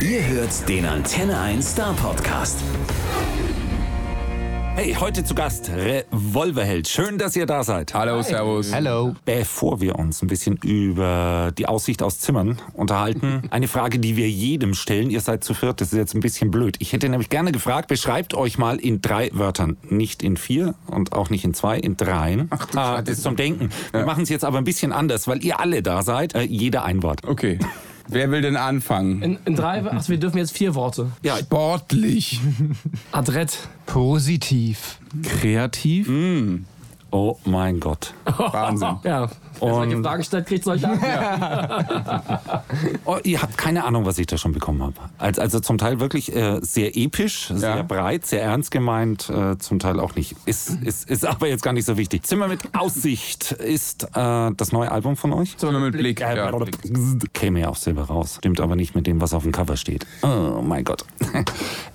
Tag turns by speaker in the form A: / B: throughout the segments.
A: Ihr hört den Antenne 1 Star Podcast.
B: Hey, heute zu Gast Revolverheld. Schön, dass ihr da seid.
C: Hallo, Servus.
D: Hello.
B: Bevor wir uns ein bisschen über die Aussicht aus Zimmern unterhalten, eine Frage, die wir jedem stellen. Ihr seid zu viert, das ist jetzt ein bisschen blöd. Ich hätte nämlich gerne gefragt, beschreibt euch mal in drei Wörtern. Nicht in vier und auch nicht in zwei, in dreien. Ach,
C: du Scheiße.
B: das ist zum Denken. Wir machen es jetzt aber ein bisschen anders, weil ihr alle da seid. Äh, jeder ein Wort.
C: Okay. Wer will denn anfangen?
E: In, in drei, ach, wir dürfen jetzt vier Worte.
B: Ja,
C: Sportlich.
E: Adrett.
D: Positiv.
C: Kreativ.
B: oh mein Gott.
C: Hm, Wahnsinn.
E: Ja. Wer solche Fragen stellt, kriegt solche Antworten.
B: Oh, ihr habt keine Ahnung, was ich da schon bekommen habe. Also, also zum Teil wirklich äh, sehr episch, sehr
C: Ja.
B: breit, sehr ernst gemeint, äh, zum Teil auch nicht. Ist, ist, ist aber jetzt gar nicht so wichtig. Zimmer mit Aussicht ist äh, das neue Album von euch.
C: Sondern mit Blick.
B: äh,
C: Ja.
B: Käme ja auch selber raus. Stimmt aber nicht mit dem, was auf dem Cover steht. Oh mein Gott.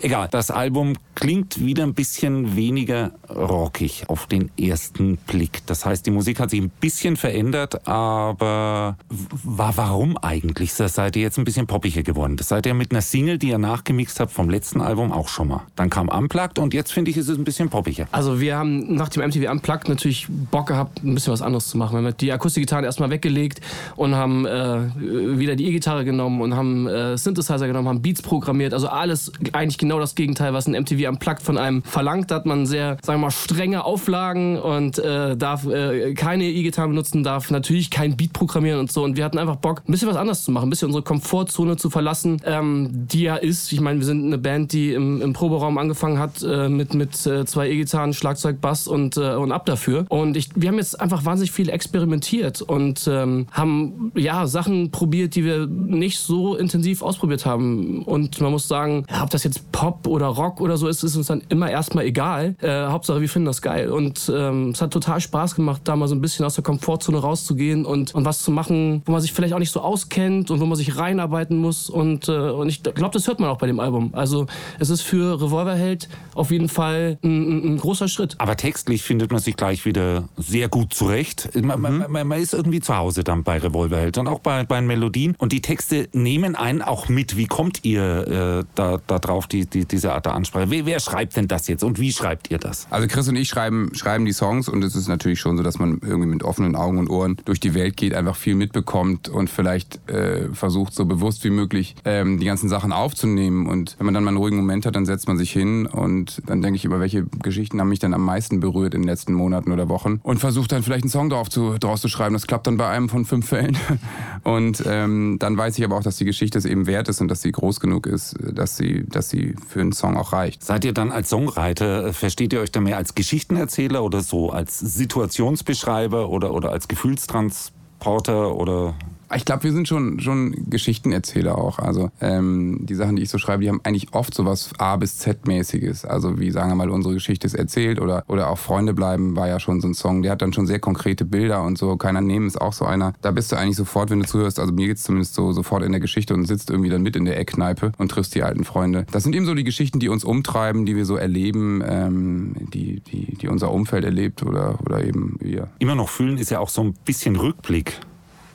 B: Egal, das Album klingt wieder ein bisschen weniger rockig auf den ersten Blick. Das heißt, die Musik hat sich ein bisschen verändert, aber w- wa- warum eigentlich? Das seid ihr jetzt ein bisschen poppiger geworden. Das seid ihr mit einer Single, die ihr nachgemixt habt vom letzten Album auch schon mal. Dann kam Unplugged und jetzt finde ich, ist es ein bisschen poppiger.
E: Also wir haben nach dem MTV Unplugged natürlich Bock gehabt, ein bisschen was anderes zu machen. Wir haben die Akustikgitarren erstmal weggelegt und haben äh, wieder die E-Gitarre genommen und haben äh, Synthesizer genommen, haben Beats programmiert. Also alles eigentlich genau das Gegenteil, was ein MTV Unplugged von einem verlangt. Da hat man sehr, sagen wir mal, strenge Auflagen und äh, darf äh, keine E-Gitarre benutzen, darf natürlich kein Beat programmieren und so. Und wir hatten einfach Bock, ein bisschen was anderes zu machen, ein bisschen unsere Komfortzone zu verlassen, ähm, die ja ist. Ich meine, wir sind eine Band, die im, im Proberaum angefangen hat äh, mit, mit äh, zwei E-Gitarren, Schlagzeug, Bass und, äh, und ab dafür. Und ich, wir haben jetzt einfach wahnsinnig viel experimentiert und ähm, haben ja Sachen probiert, die wir nicht so intensiv ausprobiert haben. Und man muss sagen, ja, ob das jetzt Pop oder Rock oder so ist, ist uns dann immer erstmal egal. Äh, Hauptsache, wir finden das geil. Und ähm, es hat total Spaß gemacht, da mal so ein bisschen aus der Komfortzone rauszugehen und, und was zu machen, wo man sich vielleicht auch nicht so auskennt und wo man sich reinarbeiten muss. Und, äh, und ich glaube, das hört man auch bei dem Album. Also es ist für Revolverheld auf jeden Fall ein, ein, ein großer Schritt.
B: Aber textlich findet man sich gleich wieder sehr gut zurecht. Man, man, man, man ist irgendwie zu Hause dann bei Revolverheld und auch bei, bei den Melodien. Und die Texte nehmen einen auch mit. Wie kommt ihr äh, da, da drauf, die, die, diese Art der Ansprache? Wer, wer schreibt denn das jetzt und wie schreibt ihr das?
C: Also Chris und ich schreiben, schreiben die Songs und es ist natürlich schon so, dass man irgendwie mit offenen Augen und Ohren durch die Welt geht, einfach viel mitbekommt und vielleicht äh, versucht, so bewusst wie möglich ähm, die ganzen Sachen aufzunehmen. Und wenn man dann mal einen ruhigen Moment hat, dann setzt man sich hin und dann denke ich über welche Geschichten haben mich dann am meisten berührt in den letzten Monaten oder Wochen und versucht dann vielleicht einen Song drauf zu, draus zu schreiben. Das klappt dann bei einem von fünf Fällen. Und ähm, dann weiß ich aber auch, dass die Geschichte es eben wert ist und dass sie groß genug ist, dass sie, dass sie für einen Song auch reicht.
B: Seid ihr dann als Songwriter, äh, versteht ihr euch da mehr als Geschichtenerzähler oder so als Situationsbeschreiber oder, oder als Gefühlstransporter oder
C: Ich glaube, wir sind schon, schon Geschichtenerzähler auch. Also ähm, die Sachen, die ich so schreibe, die haben eigentlich oft sowas A bis Z-mäßiges. Also wie sagen wir mal, unsere Geschichte ist erzählt oder, oder auch Freunde bleiben war ja schon so ein Song. Der hat dann schon sehr konkrete Bilder und so. Keiner nehmen ist auch so einer. Da bist du eigentlich sofort, wenn du zuhörst, also mir geht's zumindest so sofort in der Geschichte und sitzt irgendwie dann mit in der Eckkneipe und triffst die alten Freunde. Das sind eben so die Geschichten, die uns umtreiben, die wir so erleben, ähm, die, die, die unser Umfeld erlebt oder, oder eben wir.
B: immer noch fühlen, ist ja auch so ein bisschen Rückblick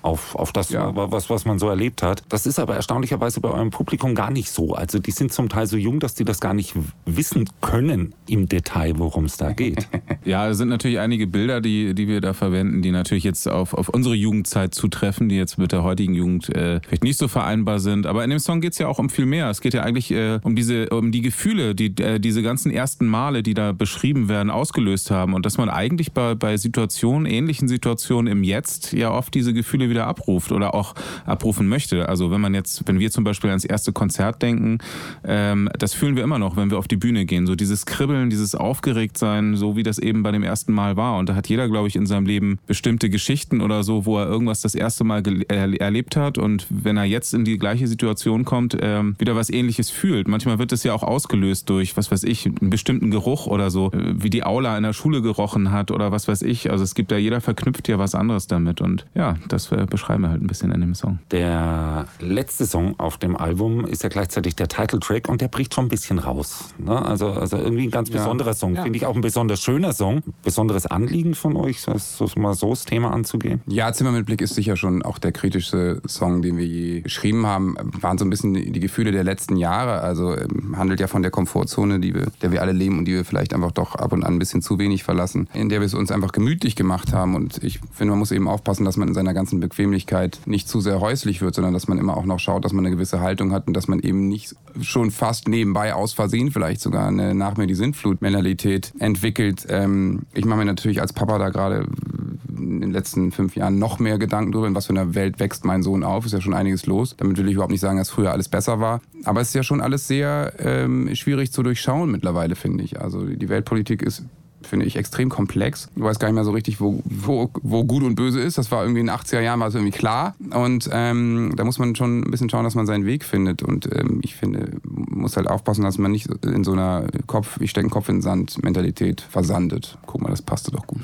B: auf, auf das,
C: Ja.
B: wa- was, was man so erlebt hat. Das ist aber erstaunlicherweise bei eurem Publikum gar nicht so. Also die sind zum Teil so jung, dass die das gar nicht w- wissen können im Detail, worum es da geht.
F: Ja, es sind natürlich einige Bilder, die, die wir da verwenden, die natürlich jetzt auf, auf unsere Jugendzeit zutreffen, die jetzt mit der heutigen Jugend äh, vielleicht nicht so vereinbar sind. Aber in dem Song geht's ja auch um viel mehr. Es geht ja eigentlich äh, um diese um die Gefühle, die äh, diese ganzen ersten Male, die da beschrieben werden, ausgelöst haben. Und dass man eigentlich bei, bei Situationen, ähnlichen Situationen im Jetzt ja oft diese Gefühle wieder abruft oder auch abrufen möchte. Also wenn man jetzt, wenn wir zum Beispiel ans erste Konzert denken, ähm, das fühlen wir immer noch, wenn wir auf die Bühne gehen. So dieses Kribbeln, dieses Aufgeregtsein, so wie das eben bei dem ersten Mal war. Und da hat jeder, glaube ich, in seinem Leben bestimmte Geschichten oder so, wo er irgendwas das erste Mal gel- er erlebt hat. Und wenn er jetzt in die gleiche Situation kommt, ähm, wieder was ähnliches fühlt. Manchmal wird es ja auch ausgelöst durch, was weiß ich, einen bestimmten Geruch oder so, äh, wie die Aula in der Schule gerochen hat oder was weiß ich. Also es gibt ja, jeder verknüpft ja was anderes damit. Und ja, das äh, äh, beschreiben wir halt ein bisschen in dem Song.
B: Der letzte Song auf dem Album ist ja gleichzeitig der Titeltrack und der bricht schon ein bisschen raus. Ne? Also, also irgendwie ein ganz besonderer Song. Finde ich auch ein besonders schöner Song. Besonderes Anliegen von euch, das, das mal so das Thema anzugehen.
C: Ja, Zimmer mit Blick ist sicher schon auch der kritischste Song, den wir je geschrieben haben. Waren so ein bisschen die Gefühle der letzten Jahre. Also ähm, handelt ja von der Komfortzone, die wir, der wir alle leben und die wir vielleicht einfach doch ab und an ein bisschen zu wenig verlassen, in der wir es uns einfach gemütlich gemacht haben. Und ich finde, man muss eben aufpassen, dass man in seiner ganzen Bequemlichkeit nicht zu sehr häuslich wird, sondern dass man immer auch noch schaut, dass man eine gewisse Haltung hat und dass man eben nicht schon fast nebenbei aus Versehen vielleicht sogar eine nach mir die Sintflut-Mentalität entwickelt. Ähm, ich mache mir natürlich als Papa da gerade in den letzten fünf Jahren noch mehr Gedanken darüber, in was für einer Welt wächst mein Sohn auf. Ist ja schon einiges los. Damit will ich überhaupt nicht sagen, dass früher alles besser war. Aber es ist ja schon alles sehr ähm, schwierig zu durchschauen mittlerweile, finde ich. Also die Weltpolitik ist finde ich extrem komplex. Ich weiß gar nicht mehr so richtig, wo, wo, wo gut und böse ist. Das war irgendwie in den 80er Jahren war es irgendwie klar. Und ähm, da muss man schon ein bisschen schauen, dass man seinen Weg findet. Und ähm, ich finde, muss halt aufpassen, dass man nicht in so einer Kopf, ich stecke den Kopf in den Sand Mentalität versandet. Guck mal, das passte doch gut.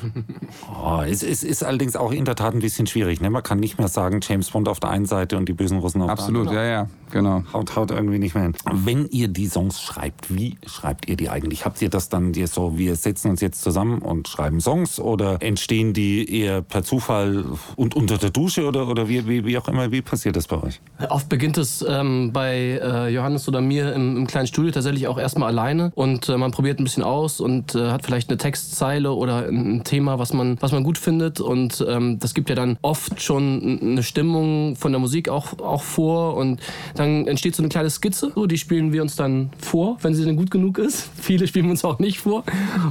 B: Oh, es, es ist allerdings auch in der Tat ein bisschen schwierig. Ne? Man kann nicht mehr sagen, James Bond auf der einen Seite und die bösen Russen auf der anderen.
C: Absolut, ja, ja, genau.
B: Haut, haut irgendwie nicht mehr hin. Wenn ihr die Songs schreibt, wie schreibt ihr die eigentlich? Habt ihr das dann jetzt so, wir setzen uns jetzt zusammen und schreiben Songs oder entstehen die eher per Zufall und unter der Dusche oder, oder wie, wie, wie auch immer? Wie passiert das bei euch?
E: Oft beginnt es ähm, bei äh, Johannes oder mir im, im kleinen Studio tatsächlich auch erstmal alleine und äh, man probiert ein bisschen aus und äh, hat vielleicht eine Textzeile oder ein, ein Thema, was man, was man gut findet und ähm, das gibt ja dann oft schon eine Stimmung von der Musik auch, auch vor und dann entsteht so eine kleine Skizze, so, die spielen wir uns dann vor, wenn sie denn gut genug ist. Viele spielen wir uns auch nicht vor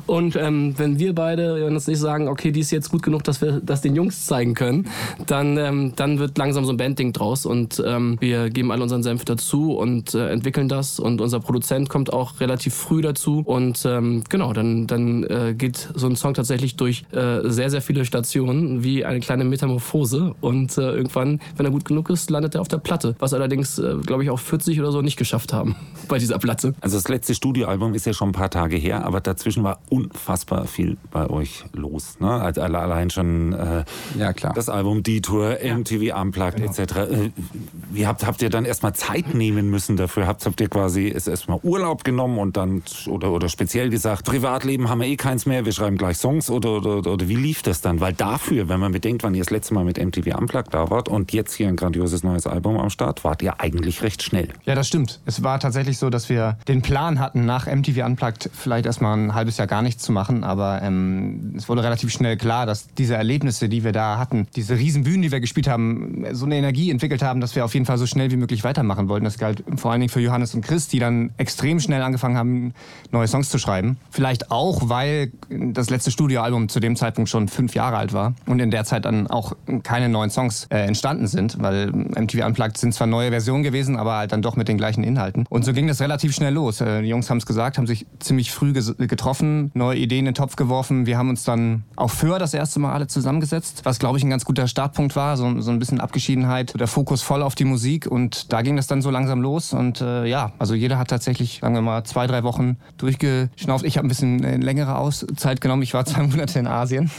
E: und ähm, wenn wir beide uns nicht sagen, okay, die ist jetzt gut genug, dass wir das den Jungs zeigen können, dann, ähm, dann wird langsam so ein Banding draus und ähm, wir geben alle unseren Senf dazu und äh, entwickeln das und unser Produzent kommt auch relativ früh dazu und ähm, genau, dann, dann äh, geht so ein Song tatsächlich durch äh, sehr, sehr viele Stationen wie eine kleine Metamorphose und äh, irgendwann, wenn er gut genug ist, landet er auf der Platte, was allerdings, äh, glaube ich, auch 40 oder so nicht geschafft haben bei dieser Platte.
B: Also das letzte Studioalbum ist ja schon ein paar Tage her, aber dazwischen war unfassbar viel bei euch los. Ne? Also alle- allein schon äh,
C: Ja, klar.
B: das Album Detour, MTV Unplugged etc. Äh, wie habt, habt ihr dann erstmal Zeit nehmen müssen dafür? Habt, habt ihr quasi es erstmal Urlaub genommen und dann oder, oder speziell gesagt, Privatleben haben wir eh keins mehr, wir schreiben gleich Songs oder, oder, oder, oder wie lief das dann? Weil dafür, wenn man bedenkt, wann ihr das letzte Mal mit MTV Unplugged da wart und jetzt hier ein grandioses neues Album am Start, wart ihr eigentlich recht schnell.
D: Ja, das stimmt. Es war tatsächlich so, dass wir den Plan hatten, nach MTV Unplugged vielleicht erstmal ein halbes Jahr gar nichts zu machen, aber ähm, es wurde relativ schnell klar, dass diese Erlebnisse, die wir da hatten, diese riesen Bühnen, die wir gespielt haben, so eine Energie entwickelt haben, dass wir auf jeden Fall so schnell wie möglich weitermachen wollten. Das galt vor allen Dingen für Johannes und Chris, die dann extrem schnell angefangen haben, neue Songs zu schreiben. Vielleicht auch, weil das letzte Studioalbum zu dem Zeitpunkt schon fünf Jahre alt war und in der Zeit dann auch keine neuen Songs äh, entstanden sind, weil MTV Unplugged sind zwar neue Versionen gewesen, aber halt dann doch mit den gleichen Inhalten. Und so ging das relativ schnell los. Äh, die Jungs haben es gesagt, haben sich ziemlich früh ges getroffen, neue Ideen in den Topf geworfen. Wir haben uns dann auf Föhr das erste Mal alle zusammengesetzt, was glaube ich ein ganz guter Startpunkt war, so, so ein bisschen Abgeschiedenheit, der Fokus voll auf die Musik und da ging das dann so langsam los und äh, ja, also jeder hat tatsächlich, sagen wir mal, zwei, drei Wochen durchgeschnauft. Ich habe ein bisschen äh, längere Auszeit genommen, ich war zwei Monate in Asien.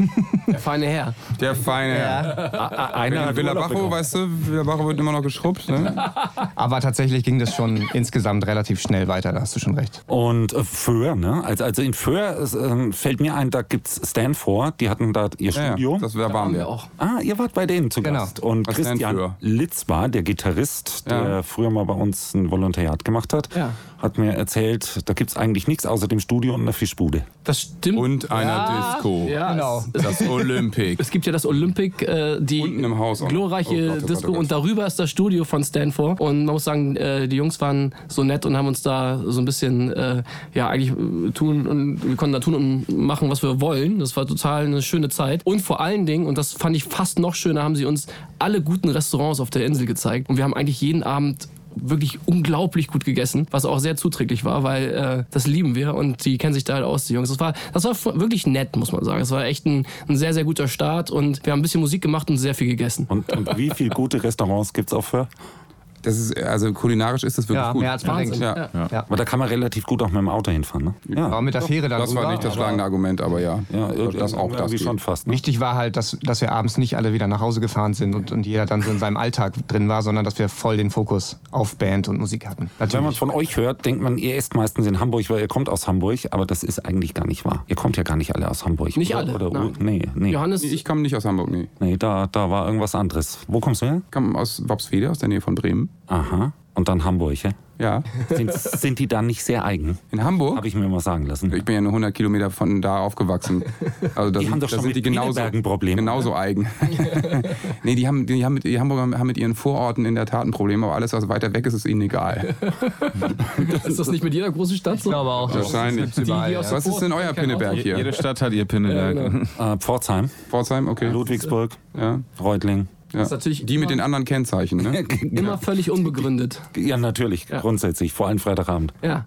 E: Der feine Herr.
C: Der feine.
B: Einer
C: Ja, Villa Bajo, weißt du, Villa Bajo wird immer noch geschrubbt. Ne?
D: Aber tatsächlich ging das schon insgesamt relativ schnell weiter, da hast du schon recht.
B: Und äh, Föhr, ne? Also, also in Föhr es, ähm, fällt mir ein, da gibt's Stanford, die hatten da ihr
C: Ja,
B: Studio.
C: ja, das da waren wir.
E: auch.
B: Ah, ihr wart bei denen zu
D: Genau.
B: Gast. Und
C: Was denn
B: Christian
C: für?
B: Litz war, der Gitarrist, der
C: Ja.
B: früher mal bei uns ein Volontariat gemacht hat,
E: Ja.
B: hat mir erzählt, da gibt's eigentlich nichts außer dem Studio und einer Fischbude.
E: Das stimmt.
C: Und einer
E: Ja,
C: Disco.
E: Ja,
D: Genau.
E: es, es,
C: Das Olympic.
E: es gibt ja das Olympic, äh, die
C: Unten im Haus auch noch. Oh
E: glorreiche
C: Gott, oh Gott,
E: Disco
C: oh Gott.
E: und darüber ist das Studio von Stanford. Und man muss sagen, äh, die Jungs waren so nett und haben uns da so ein bisschen, äh, ja, eigentlich äh, tun und wir konnten da tun und machen, was wir wollen. Das war total eine schöne Zeit. Und vor allen Dingen, und das fand ich fast noch schöner, haben sie uns alle guten Restaurants auf der Insel gezeigt. Und wir haben eigentlich jeden Abend wirklich unglaublich gut gegessen, was auch sehr zuträglich war, weil äh, das lieben wir und die kennen sich da halt aus, die Jungs. Das war, das war wirklich nett, muss man sagen. Es war echt ein, ein sehr, sehr guter Start und wir haben ein bisschen Musik gemacht und sehr viel gegessen.
B: Und, und wie viele gute Restaurants gibt's auch für?
C: Das ist, also kulinarisch ist das wirklich
D: Ja,
C: gut.
D: mehr als man denkt.
C: Ja. Ja.
D: Ja.
B: Aber da kann man relativ gut auch mit dem Auto hinfahren, ne?
D: War mit der Fähre dann
C: Das war nicht das schlagende Argument, aber ja.
B: Ja, ir-
C: das auch das.
B: irgendwie
C: geht.
B: schon fast. Ne?
D: Wichtig war halt, dass, dass wir abends nicht alle wieder nach Hause gefahren sind und, und jeder dann so in seinem Alltag drin war, sondern dass wir voll den Fokus auf Band und Musik hatten.
B: Wenn man
D: Natürlich.
B: von euch hört, denkt man, ihr esst meistens in Hamburg, weil ihr kommt aus Hamburg, aber das ist eigentlich gar nicht wahr. Ihr kommt ja gar nicht alle aus Hamburg.
E: Nicht
B: oder?
E: alle,
B: Oder,
E: nein.
B: nee, nee.
E: Johannes,
C: Nee, Ich komme nicht aus Hamburg, nee.
B: Nee, da, da war irgendwas anderes. Wo kommst du her?
C: Ich komme aus Wapswede, aus der Nähe von Bremen.
B: Aha. Und dann Hamburg, ja?
C: Ja.
B: Sind, sind die da nicht sehr eigen?
C: In Hamburg?
B: Habe ich mir mal sagen lassen.
C: Ich bin ja nur 100 Kilometer von da aufgewachsen. Also das
B: Die
C: sind,
B: haben doch
C: das
B: schon
C: sind die
B: mit ne?
C: genauso,
B: Pinneberg ein Problem,
C: genauso eigen. nee, die, haben, die, haben mit, die Hamburger haben mit ihren Vororten in der Tat ein Problem, aber alles, was weiter weg ist, ist ihnen egal.
E: ist das nicht mit jeder großen Stadt so?
D: aber auch.
C: Wahrscheinlich.
E: überall, ja.
C: Was ist denn euer Pinneberg
F: Je- Jede
C: hier?
F: Stadt hat ihr Pinneberg.
C: genau.
B: Äh, Pforzheim,
C: Pforzheim, okay.
B: Ludwigsburg,
C: Ja,
B: Reutling.
C: ja.
E: ist natürlich
C: Die mit den anderen Kennzeichen, ne?
E: Immer völlig unbegründet.
B: Ja, natürlich, grundsätzlich, vor allem Freitagabend.
E: Ja.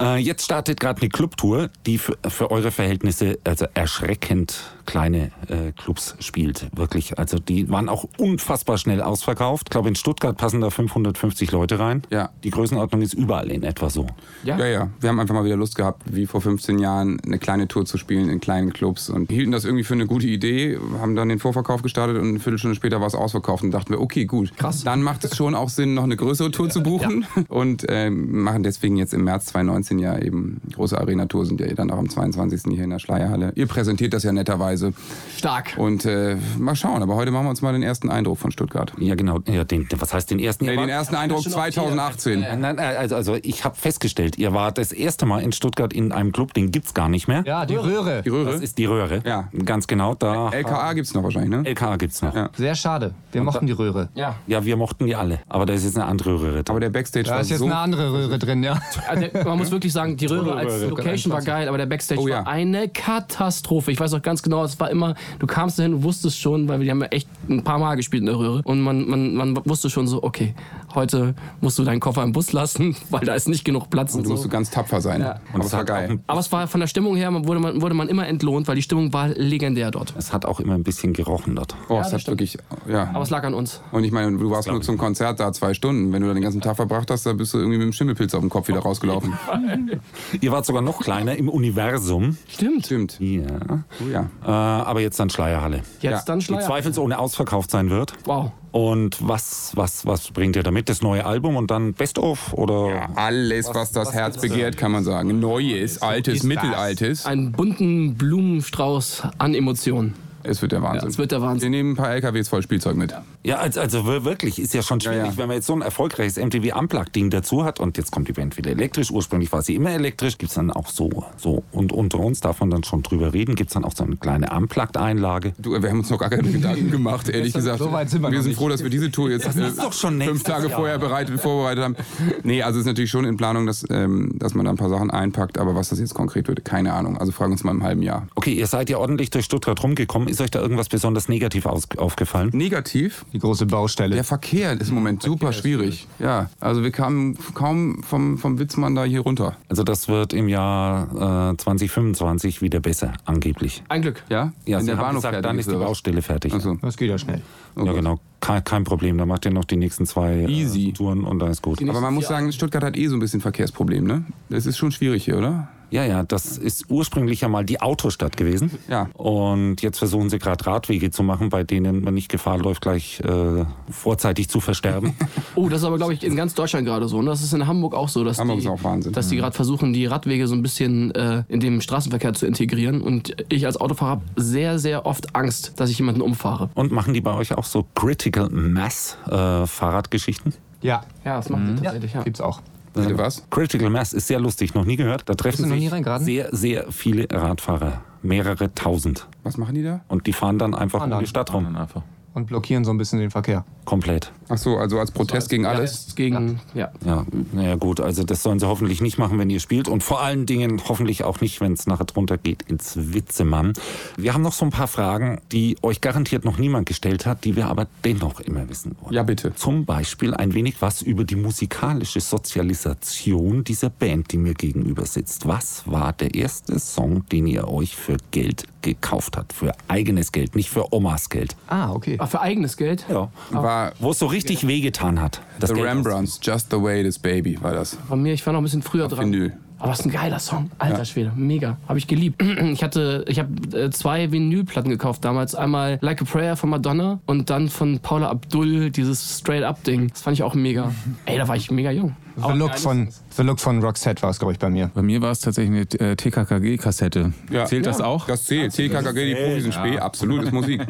B: Äh, jetzt startet gerade eine Clubtour, die für, für eure Verhältnisse also erschreckend kleine äh, Clubs spielt. Wirklich. Also die waren auch unfassbar schnell ausverkauft. Ich glaube, in Stuttgart passen da 550 Leute rein.
C: Ja.
B: Die Größenordnung ist überall in etwa so.
C: Ja, ja. Wir haben einfach mal wieder Lust gehabt, wie vor 15 Jahren, eine kleine Tour zu spielen in kleinen Clubs und hielten das irgendwie für eine gute Idee, haben dann den Vorverkauf gestartet und eine Viertelstunde später war es ausverkauft und dachten wir, okay, gut. Krass. Dann macht es schon auch Sinn, noch eine größere Tour zu buchen und ähm, machen deswegen jetzt im März 2019 ja eben große Arena-Tour, sind ja dann auch am 22. hier in der Schleierhalle. Ihr präsentiert das ja netterweise
E: Stark.
C: und äh, mal schauen, aber heute machen wir uns mal den ersten Eindruck von Stuttgart.
B: Ja, genau. Ja, den, was heißt den ersten?
C: Nee,
B: Ihr
C: den
B: wart-
C: ersten Eindruck 2018.
B: Äh, Nein, äh, also, also ich habe festgestellt, ihr wart das erste Mal in Stuttgart in einem Club, den gibt's gar nicht mehr.
D: Ja, die Röhre.
C: Die Röhre?
B: Das ist die Röhre.
C: Ja.
B: Ganz genau. Da
C: LKA gibt's noch wahrscheinlich, ne?
B: LKA gibt's noch. Ja.
D: Sehr schade. Wir mochten die Röhre.
E: Ja.
B: wir mochten die alle. Aber da ist jetzt eine andere Röhre. drin.
C: Aber der Backstage
D: Da
C: war
D: ist jetzt
C: so
D: eine andere Röhre drin, ja.
E: Also, man muss wirklich sagen, die Röhre als Location war geil, aber der Backstage
C: Oh ja.
E: war eine Katastrophe. Ich weiß auch ganz genau, es war immer, du kamst dahin und wusstest schon, weil wir die haben ja echt ein paar Mal gespielt in der Röhre und man, man, man wusste schon so, okay, heute musst du deinen Koffer im Bus lassen, weil da ist nicht genug Platz und,
C: Du musst
E: so.
C: so ganz tapfer sein.
E: Ja.
C: Aber es war
B: hat
C: geil.
B: auch-
E: Aber es war von der Stimmung her, man wurde, man, wurde man immer entlohnt, weil die Stimmung war legendär dort.
B: Es hat auch immer ein bisschen gerochen dort.
C: Oh, es hat wirklich,
E: Aber
C: ja.
E: es lag an uns.
C: Und ich meine, du warst nur zum Konzert da zwei Stunden. Wenn du da den ganzen Tag verbracht hast, da bist du irgendwie mit dem Schimmelpilz auf dem Kopf wieder rausgelaufen.
B: Ihr wart sogar noch kleiner im Universum.
E: Stimmt.
C: Stimmt.
B: Ja.
C: Oh ja.
B: Äh, aber jetzt dann Schleierhalle.
E: Jetzt
C: Ja.
E: dann
B: Die
E: Schleier.
B: zweifelsohne ausverkauft sein wird.
E: Wow.
B: Und was, was, was bringt ihr damit? Das neue Album und dann Best of? Oder
C: Alles, was das Herz begehrt, kann man sagen. Neues, altes, mittelaltes.
E: Einen bunten Blumenstrauß an Emotionen.
C: Es wird der Wahnsinn.
E: Ja, es wird der Wahnsinn.
C: Wir nehmen ein paar LKWs voll Spielzeug mit.
B: Ja, also, also wir- wirklich, ist ja schon schwierig,
C: Ja, ja.
B: wenn man jetzt so ein erfolgreiches MTV Unplugged-Ding dazu hat und jetzt kommt die Band wieder elektrisch. Ursprünglich war sie immer elektrisch. Gibt's dann auch so, so und unter uns darf man dann schon drüber reden, Gibt's dann auch so eine kleine Unplugged-Einlage.
C: Du, wir haben uns noch gar keine Gedanken gemacht, ehrlich gesagt.
D: so weit sind wir noch
C: sind
D: nicht.
C: froh, dass wir diese Tour jetzt äh,
B: ist doch schon
C: fünf
B: nächstes
C: Tage
B: Jahr.
C: vorher bereit, vorbereitet haben. Nee, also es ist natürlich schon in Planung, dass, ähm, dass man da ein paar Sachen einpackt, aber was das jetzt konkret wird, keine Ahnung. Also fragen uns mal im halben Jahr.
B: Okay, ihr seid ja ordentlich durch Stuttgart rumgekommen. Ist euch da irgendwas besonders negativ aus, aufgefallen?
C: Negativ,
D: Die große Baustelle.
C: Der Verkehr ist im Moment super schwierig. Ja, also wir kamen kaum vom, vom Witzmann da hier runter.
B: Also das wird im Jahr äh, 2025 wieder besser, angeblich.
E: Ein Glück.
C: Ja?
B: Ja,
C: Wenn
B: sie
C: der
B: haben
C: Bahnhof
B: gesagt,
C: fertig
B: dann ist die
C: oder was?
B: Baustelle fertig.
C: Ach so.
D: Das geht ja schnell.
B: ja, genau. Kein, kein Problem. Dann macht ihr noch die nächsten zwei
C: Easy.
B: Äh, Touren und dann ist gut.
C: Aber man muss sagen, Stuttgart hat eh so ein bisschen Verkehrsproblem, ne? Das ist schon schwierig hier, oder?
B: Ja, ja, das ist ursprünglich ja mal die Autostadt gewesen.
C: Ja.
B: Und jetzt versuchen sie gerade Radwege zu machen, bei denen man nicht Gefahr läuft, gleich äh, vorzeitig zu versterben.
E: Oh, das ist aber, glaube ich, in ganz Deutschland gerade so. Und das ist in Hamburg auch so, dass
C: Hamburg
E: die,
C: ist auch Wahnsinn.
E: dass die gerade versuchen, die Radwege so ein bisschen äh, in dem Straßenverkehr zu integrieren. Und ich als Autofahrer habe sehr, sehr oft Angst, dass ich jemanden umfahre.
B: Und machen die bei euch auch so Critical Mass äh, Fahrradgeschichten?
D: Ja,
E: Ja, das machen
C: Mhm.
E: die tatsächlich. Ja.
D: gibt's auch.
C: Bitte was?
B: Critical Mass ist sehr lustig, noch nie gehört. Da treffen
D: du noch nie
B: sich
D: reingeraten?
B: sehr, sehr viele Radfahrer, mehrere tausend.
C: Was machen die da?
B: Und die fahren dann einfach
D: Fahren
B: um die
D: dann.
B: Stadt rum.
F: Einfach.
D: Und blockieren so ein bisschen den Verkehr.
B: Komplett.
C: Ach so, also als Protest gegen alles.
E: Alles gegen, ja.
B: Ja, naja gut, also das sollen sie hoffentlich nicht machen, wenn ihr spielt und vor allen Dingen hoffentlich auch nicht, wenn es nachher drunter geht ins Witzemann. Wir haben noch so ein paar Fragen, die euch garantiert noch niemand gestellt hat, die wir aber dennoch immer wissen wollen.
C: Ja, bitte.
B: Zum Beispiel ein wenig was über die musikalische Sozialisation dieser Band, die mir gegenüber sitzt. Was war der erste Song, den ihr euch für Geld gekauft habt? Für eigenes Geld, nicht für Omas Geld.
D: Ah, okay.
E: Ach, für eigenes Geld?
B: Ja.
C: War
B: Wo es so richtig wehgetan hat. Das
C: The
B: Geld
C: Rembrandts, Just the Way This Baby war das.
E: Bei mir, ich war noch ein bisschen früher dran.
C: Vinyl.
E: Aber es ist ein geiler Song. Alter Schwede, mega. Habe ich geliebt. Ich hatte, ich habe äh, zwei Vinylplatten gekauft damals. Einmal Like a Prayer von Madonna und dann von Paula Abdul, dieses Straight-Up-Ding. Das fand ich auch mega. Ey, da war ich mega jung.
D: The Look, von, The Look von Roxette war es, glaube ich, bei mir.
F: Bei mir war es tatsächlich eine äh, TKKG-Kassette.
C: Ja.
F: Zählt das
E: Ja.
F: auch?
C: Das zählt. TKKG, die Profis sind Spee, absolut, ist Musik.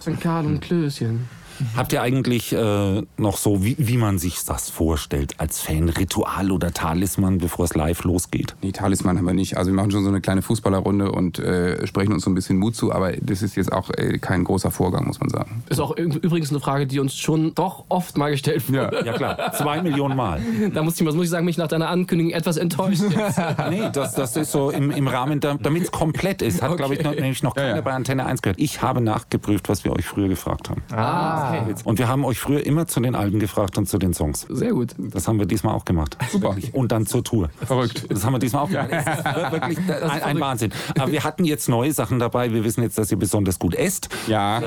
E: Von Karl und Klößchen.
B: Habt ihr eigentlich äh, noch so, wie, wie man sich das vorstellt als Fan, Ritual oder Talisman, bevor es live losgeht?
C: Nee, Talisman haben wir nicht. Also wir machen schon so eine kleine Fußballerrunde und äh, sprechen uns so ein bisschen Mut zu, aber das ist jetzt auch äh, kein großer Vorgang, muss man sagen.
E: Ist auch üb- übrigens eine Frage, die uns schon doch oft mal gestellt wurde.
B: Ja klar, zwei Millionen Mal.
E: Da muss ich, muss ich sagen, mich nach deiner Ankündigung etwas enttäuscht. Jetzt.
B: Nee, das, das ist so im, im Rahmen, damit es komplett ist. Hat, glaube ich, noch, nämlich noch keiner
C: ja.
B: bei Antenne 1 gehört. Ich habe nachgeprüft, was wir euch früher gefragt haben.
E: Ah, okay.
B: Und wir haben euch früher immer zu den Alben gefragt und zu den Songs.
E: Sehr gut.
B: Das haben wir diesmal auch gemacht.
C: Super.
B: Und dann zur Tour.
C: Verrückt.
B: Das haben wir diesmal auch gemacht. Es ist wirklich ein, ein Wahnsinn. Aber wir hatten jetzt neue Sachen dabei. Wir wissen jetzt, dass ihr besonders gut esst.
C: Ja.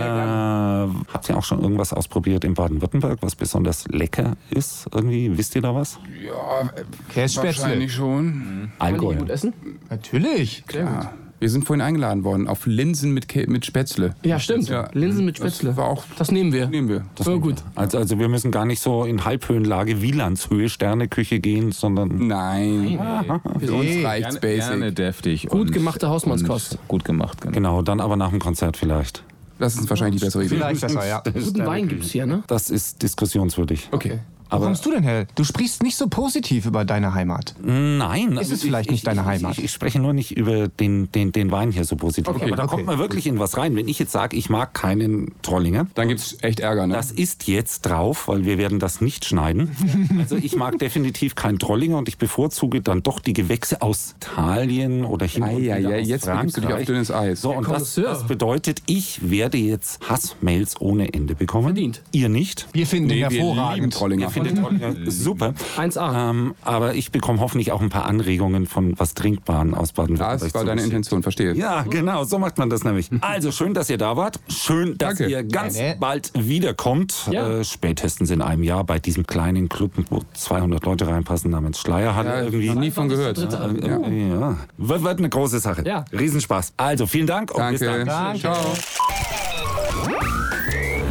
B: Äh, habt ihr auch schon irgendwas ausprobiert in Baden-Württemberg, was besonders lecker ist? Irgendwie wisst ihr da was?
C: ja
D: Kässpätzle.
C: wahrscheinlich schon.
E: Kann
B: Allgäu.
E: ich gut essen?
D: Natürlich.
C: Ja. Mhm. Ah, Wir sind vorhin eingeladen worden auf Linsen mit, Kä mit Spätzle.
E: Ja, stimmt.
C: Ja.
E: Linsen mit Spätzle.
C: Das war auch-
E: Das nehmen wir.
C: Nehmen wir.
E: Das war gut.
B: Also, also wir müssen gar nicht so in Halbhöhenlage, Wielandshöhe, Sterneküche gehen, sondern
C: Nein. Für uns reicht's
F: Gerne, gerne
C: basic.
F: deftig.
E: Gut
F: und-
E: gemachte Hausmannskost.
F: und Gut gemacht, genau.
B: genau, dann aber nach dem Konzert vielleicht.
C: Das ist wahrscheinlich die bessere Idee.
D: Vielleicht besser, ja.
E: Guten Wein gibt's hier, ne?
B: Das ist diskussionswürdig.
C: Okay.
D: Wo
B: Aber
D: kommst du denn her? Du sprichst nicht so positiv über deine Heimat.
B: nein.
D: Ist es
B: also
D: vielleicht
B: ich,
D: nicht deine
B: ich,
D: Heimat?
B: Ich, ich spreche nur nicht über den, den, den Wein hier so positiv.
C: Okay,
B: aber da
D: okay.
B: kommt man wirklich in was rein. Wenn ich jetzt sage, ich mag keinen Trollinger,
C: Dann gibt's echt Ärger, ne?
B: Das ist jetzt drauf, weil wir werden das nicht schneiden. Also ich mag definitiv keinen Trollinger und ich bevorzuge dann doch die Gewächse aus Italien oder hin und
C: Ei, ei,
B: wieder
C: ei,
B: aus
C: jetzt begibst
B: Frankreich.
C: du dich auf dünnes Eis.
B: So, und das,
E: Connoisseur.
B: das bedeutet, ich werde jetzt Hassmails ohne Ende bekommen.
E: Verdient.
B: Ihr nicht.
D: Wir finden ihn
C: wir lieben
D: hervorragend.
C: Trollinger.
B: Findet Trollinger super.
E: 1A.
B: Ähm, aber ich bekomme hoffentlich auch ein paar Anregungen von was Trinkbaren aus Baden-Württemberg.
C: Das war
B: zu
C: deine
B: uns.
C: Intention, verstehe.
B: Ja, genau, so macht man das nämlich. Also schön, dass ihr da wart. Schön, dass
C: Danke.
B: ihr ganz
D: Gerne.
B: bald wiederkommt.
E: Ja.
B: Äh, spätestens in einem Jahr bei diesem kleinen Club, wo 200 Leute reinpassen namens Schleierhalle
C: Ja,
B: irgendwie.
C: noch nie von gehört.
B: Äh, äh, ja. Wird, wird eine große Sache.
E: Ja.
B: Riesenspaß. Also vielen Dank und bis
C: Danke.
B: dann.
D: Danke.
C: Ciao.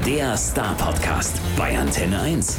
A: Der Star Podcast bei Antenne 1.